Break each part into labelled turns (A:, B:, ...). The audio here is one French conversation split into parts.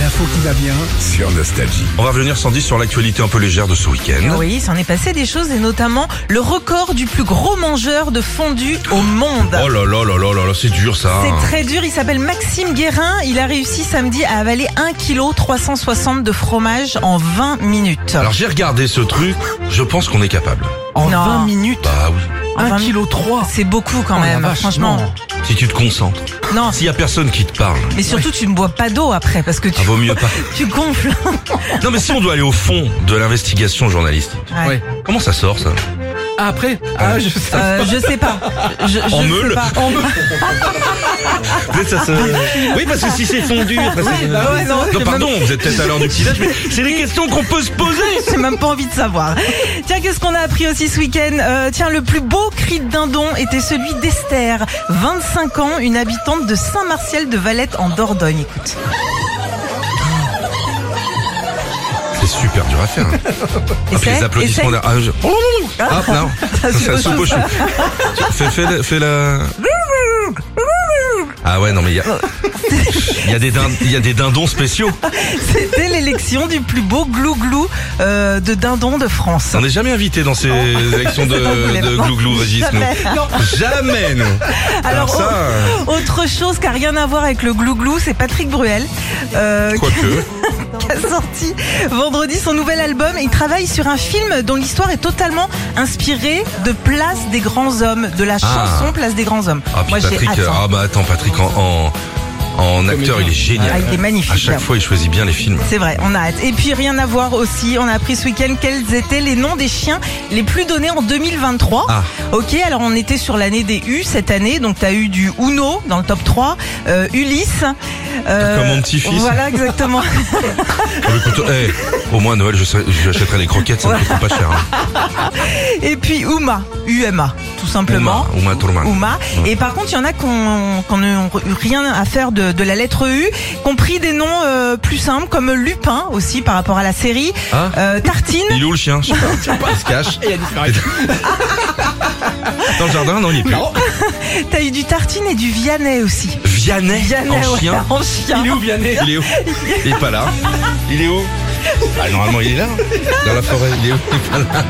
A: l'info qui va bien.
B: sur Nostalgie.
C: On va revenir Sandy sur l'actualité un peu légère de ce week-end.
D: Ah Oui, il s'en est passé des choses et notamment le record du plus gros mangeur de fondue au monde.
C: Oh là là là là là là, c'est dur ça.
D: C'est très dur, il s'appelle Maxime Guérin, il a réussi samedi à avaler 1,360 kg de fromage en 20 minutes.
C: Alors j'ai regardé ce truc, je pense qu'on est capable.
A: En
D: Non.
A: 20 minutes,
C: Bah oui,
D: En 20
A: 1,3 kg.
D: C'est beaucoup quand
A: Oh, la
D: même,
A: vache,
D: franchement.
A: non.
C: si tu te concentres.
D: Non,
C: S'il y a personne qui te parle,
D: mais surtout tu ne bois pas d'eau après parce que
C: ah,
D: tu,
C: vaut mieux pas.
D: tu gonfles.
C: Non mais si on doit aller au fond de l'investigation journalistique,
D: Ouais.
A: Ouais.
C: comment ça sort ça
A: Ah, après Ah, je sais.
D: Euh, je sais pas. Je, je
C: En
D: sais
C: meule
D: pas.
C: Vous savez, ça se- Oui parce que si c'est fondu, après c'est-
A: bah ouais, non,
C: Non pardon, vous êtes peut-être à l'heure du petit-déj, mais c'est les questions qu'on peut se poser.
D: J'ai même pas envie de savoir. Tiens, qu'est-ce qu'on a appris aussi ce week-end Euh, Tiens, le plus beau cri de dindon était celui d'Esther, 25 ans, une habitante de Saint-Martial de Valette en Dordogne. Écoute.
C: C'est super dur à faire. hein. Ah, puis
D: Essaye,
C: les applaudissements
D: essaye.
C: derrière. Ah, je- Ah, non, ça, c'est la
D: autre
C: soupe au chou. Fais, fais, la- fais la. Ah ouais, non, mais il y a. Il y, a des din- il y a des dindons spéciaux.
D: C'était l'élection du plus beau glouglou euh, de dindon de France.
C: On n'est jamais invité dans ces élections de,
D: C'est un
C: de
D: boulevard.
C: glouglou, Régis, nous.
D: Jamais.
C: Jamais, nous.
D: Alors, oh.
C: ça, euh,
D: Autre chose qui n'a rien à voir avec le glouglou, c'est Patrick Bruel. euh,
C: quoique.
D: qui a sorti vendredi son nouvel album. Il travaille sur un film dont l'histoire est totalement inspirée de Place des grands hommes, de la chanson Place des grands hommes.
C: Ah, puis
D: Moi, j'ai
C: Patrick,
D: hâte.
C: euh,
D: hein.
C: ah, bah attends, Patrick, en, en, en acteur, il est génial.
D: Ah, il est magnifique,
C: À chaque
D: là.
C: fois, il choisit bien les films.
D: C'est vrai, on a hâte. Et puis rien à voir aussi, on a appris ce week-end quels étaient les noms des chiens les plus donnés en 2023.
C: Ah.
D: Ok, alors on était sur l'année des U cette année, donc t'as eu du Uno dans le top 3, euh, Ulysse. euh,
C: Comme mon petit-fils.
D: Voilà, exactement.
C: Oh, le couteau- eh, au moins, à Noël, je, serai- je lui achèterai des croquettes, ça ne coûte pas cher. hein.
D: Et puis Uma, UMA, tout simplement.
C: Uma, Uma Thurman.
D: Uma.
C: Ouais.
D: Et par contre, il y en a qu'on qu'on n'ont rien à faire de, de la lettre U, compris des noms euh, plus simples comme Lupin aussi par rapport à la série,
C: Ah.
D: euh, Tartine.
C: Il est où le chien Je sais pas. Il se cache.
A: Il a disparu.
C: Dans le jardin, non, il est plus.
A: Non,
D: T'as eu du Tartine et du Vianney aussi.
C: Vianney,
D: Vianney,
C: en
D: ouais,
C: chien.
D: en chien.
A: il est où, Vianney
C: Il est où Il est pas là. Il est où Ah, normalement, il est là. Dans la forêt, il est où Il est pas là.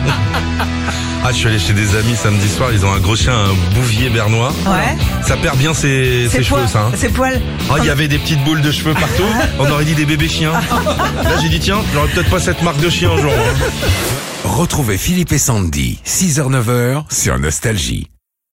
C: Ah, je suis allé chez des amis samedi soir, ils ont un gros chien, un bouvier bernois.
D: Ouais.
C: Ça perd bien ses, ses
D: C'est
C: cheveux,
D: poil.
C: ça. hein.
D: C'est poil.
C: Oh, il y avait des petites boules de cheveux partout. On aurait dit des bébés chiens. Là, j'ai dit, tiens, j'aurais peut-être pas cette marque de chien un jour. hein.
B: Retrouvez Philippe et Sandy, 6h-9h sur Nostalgie.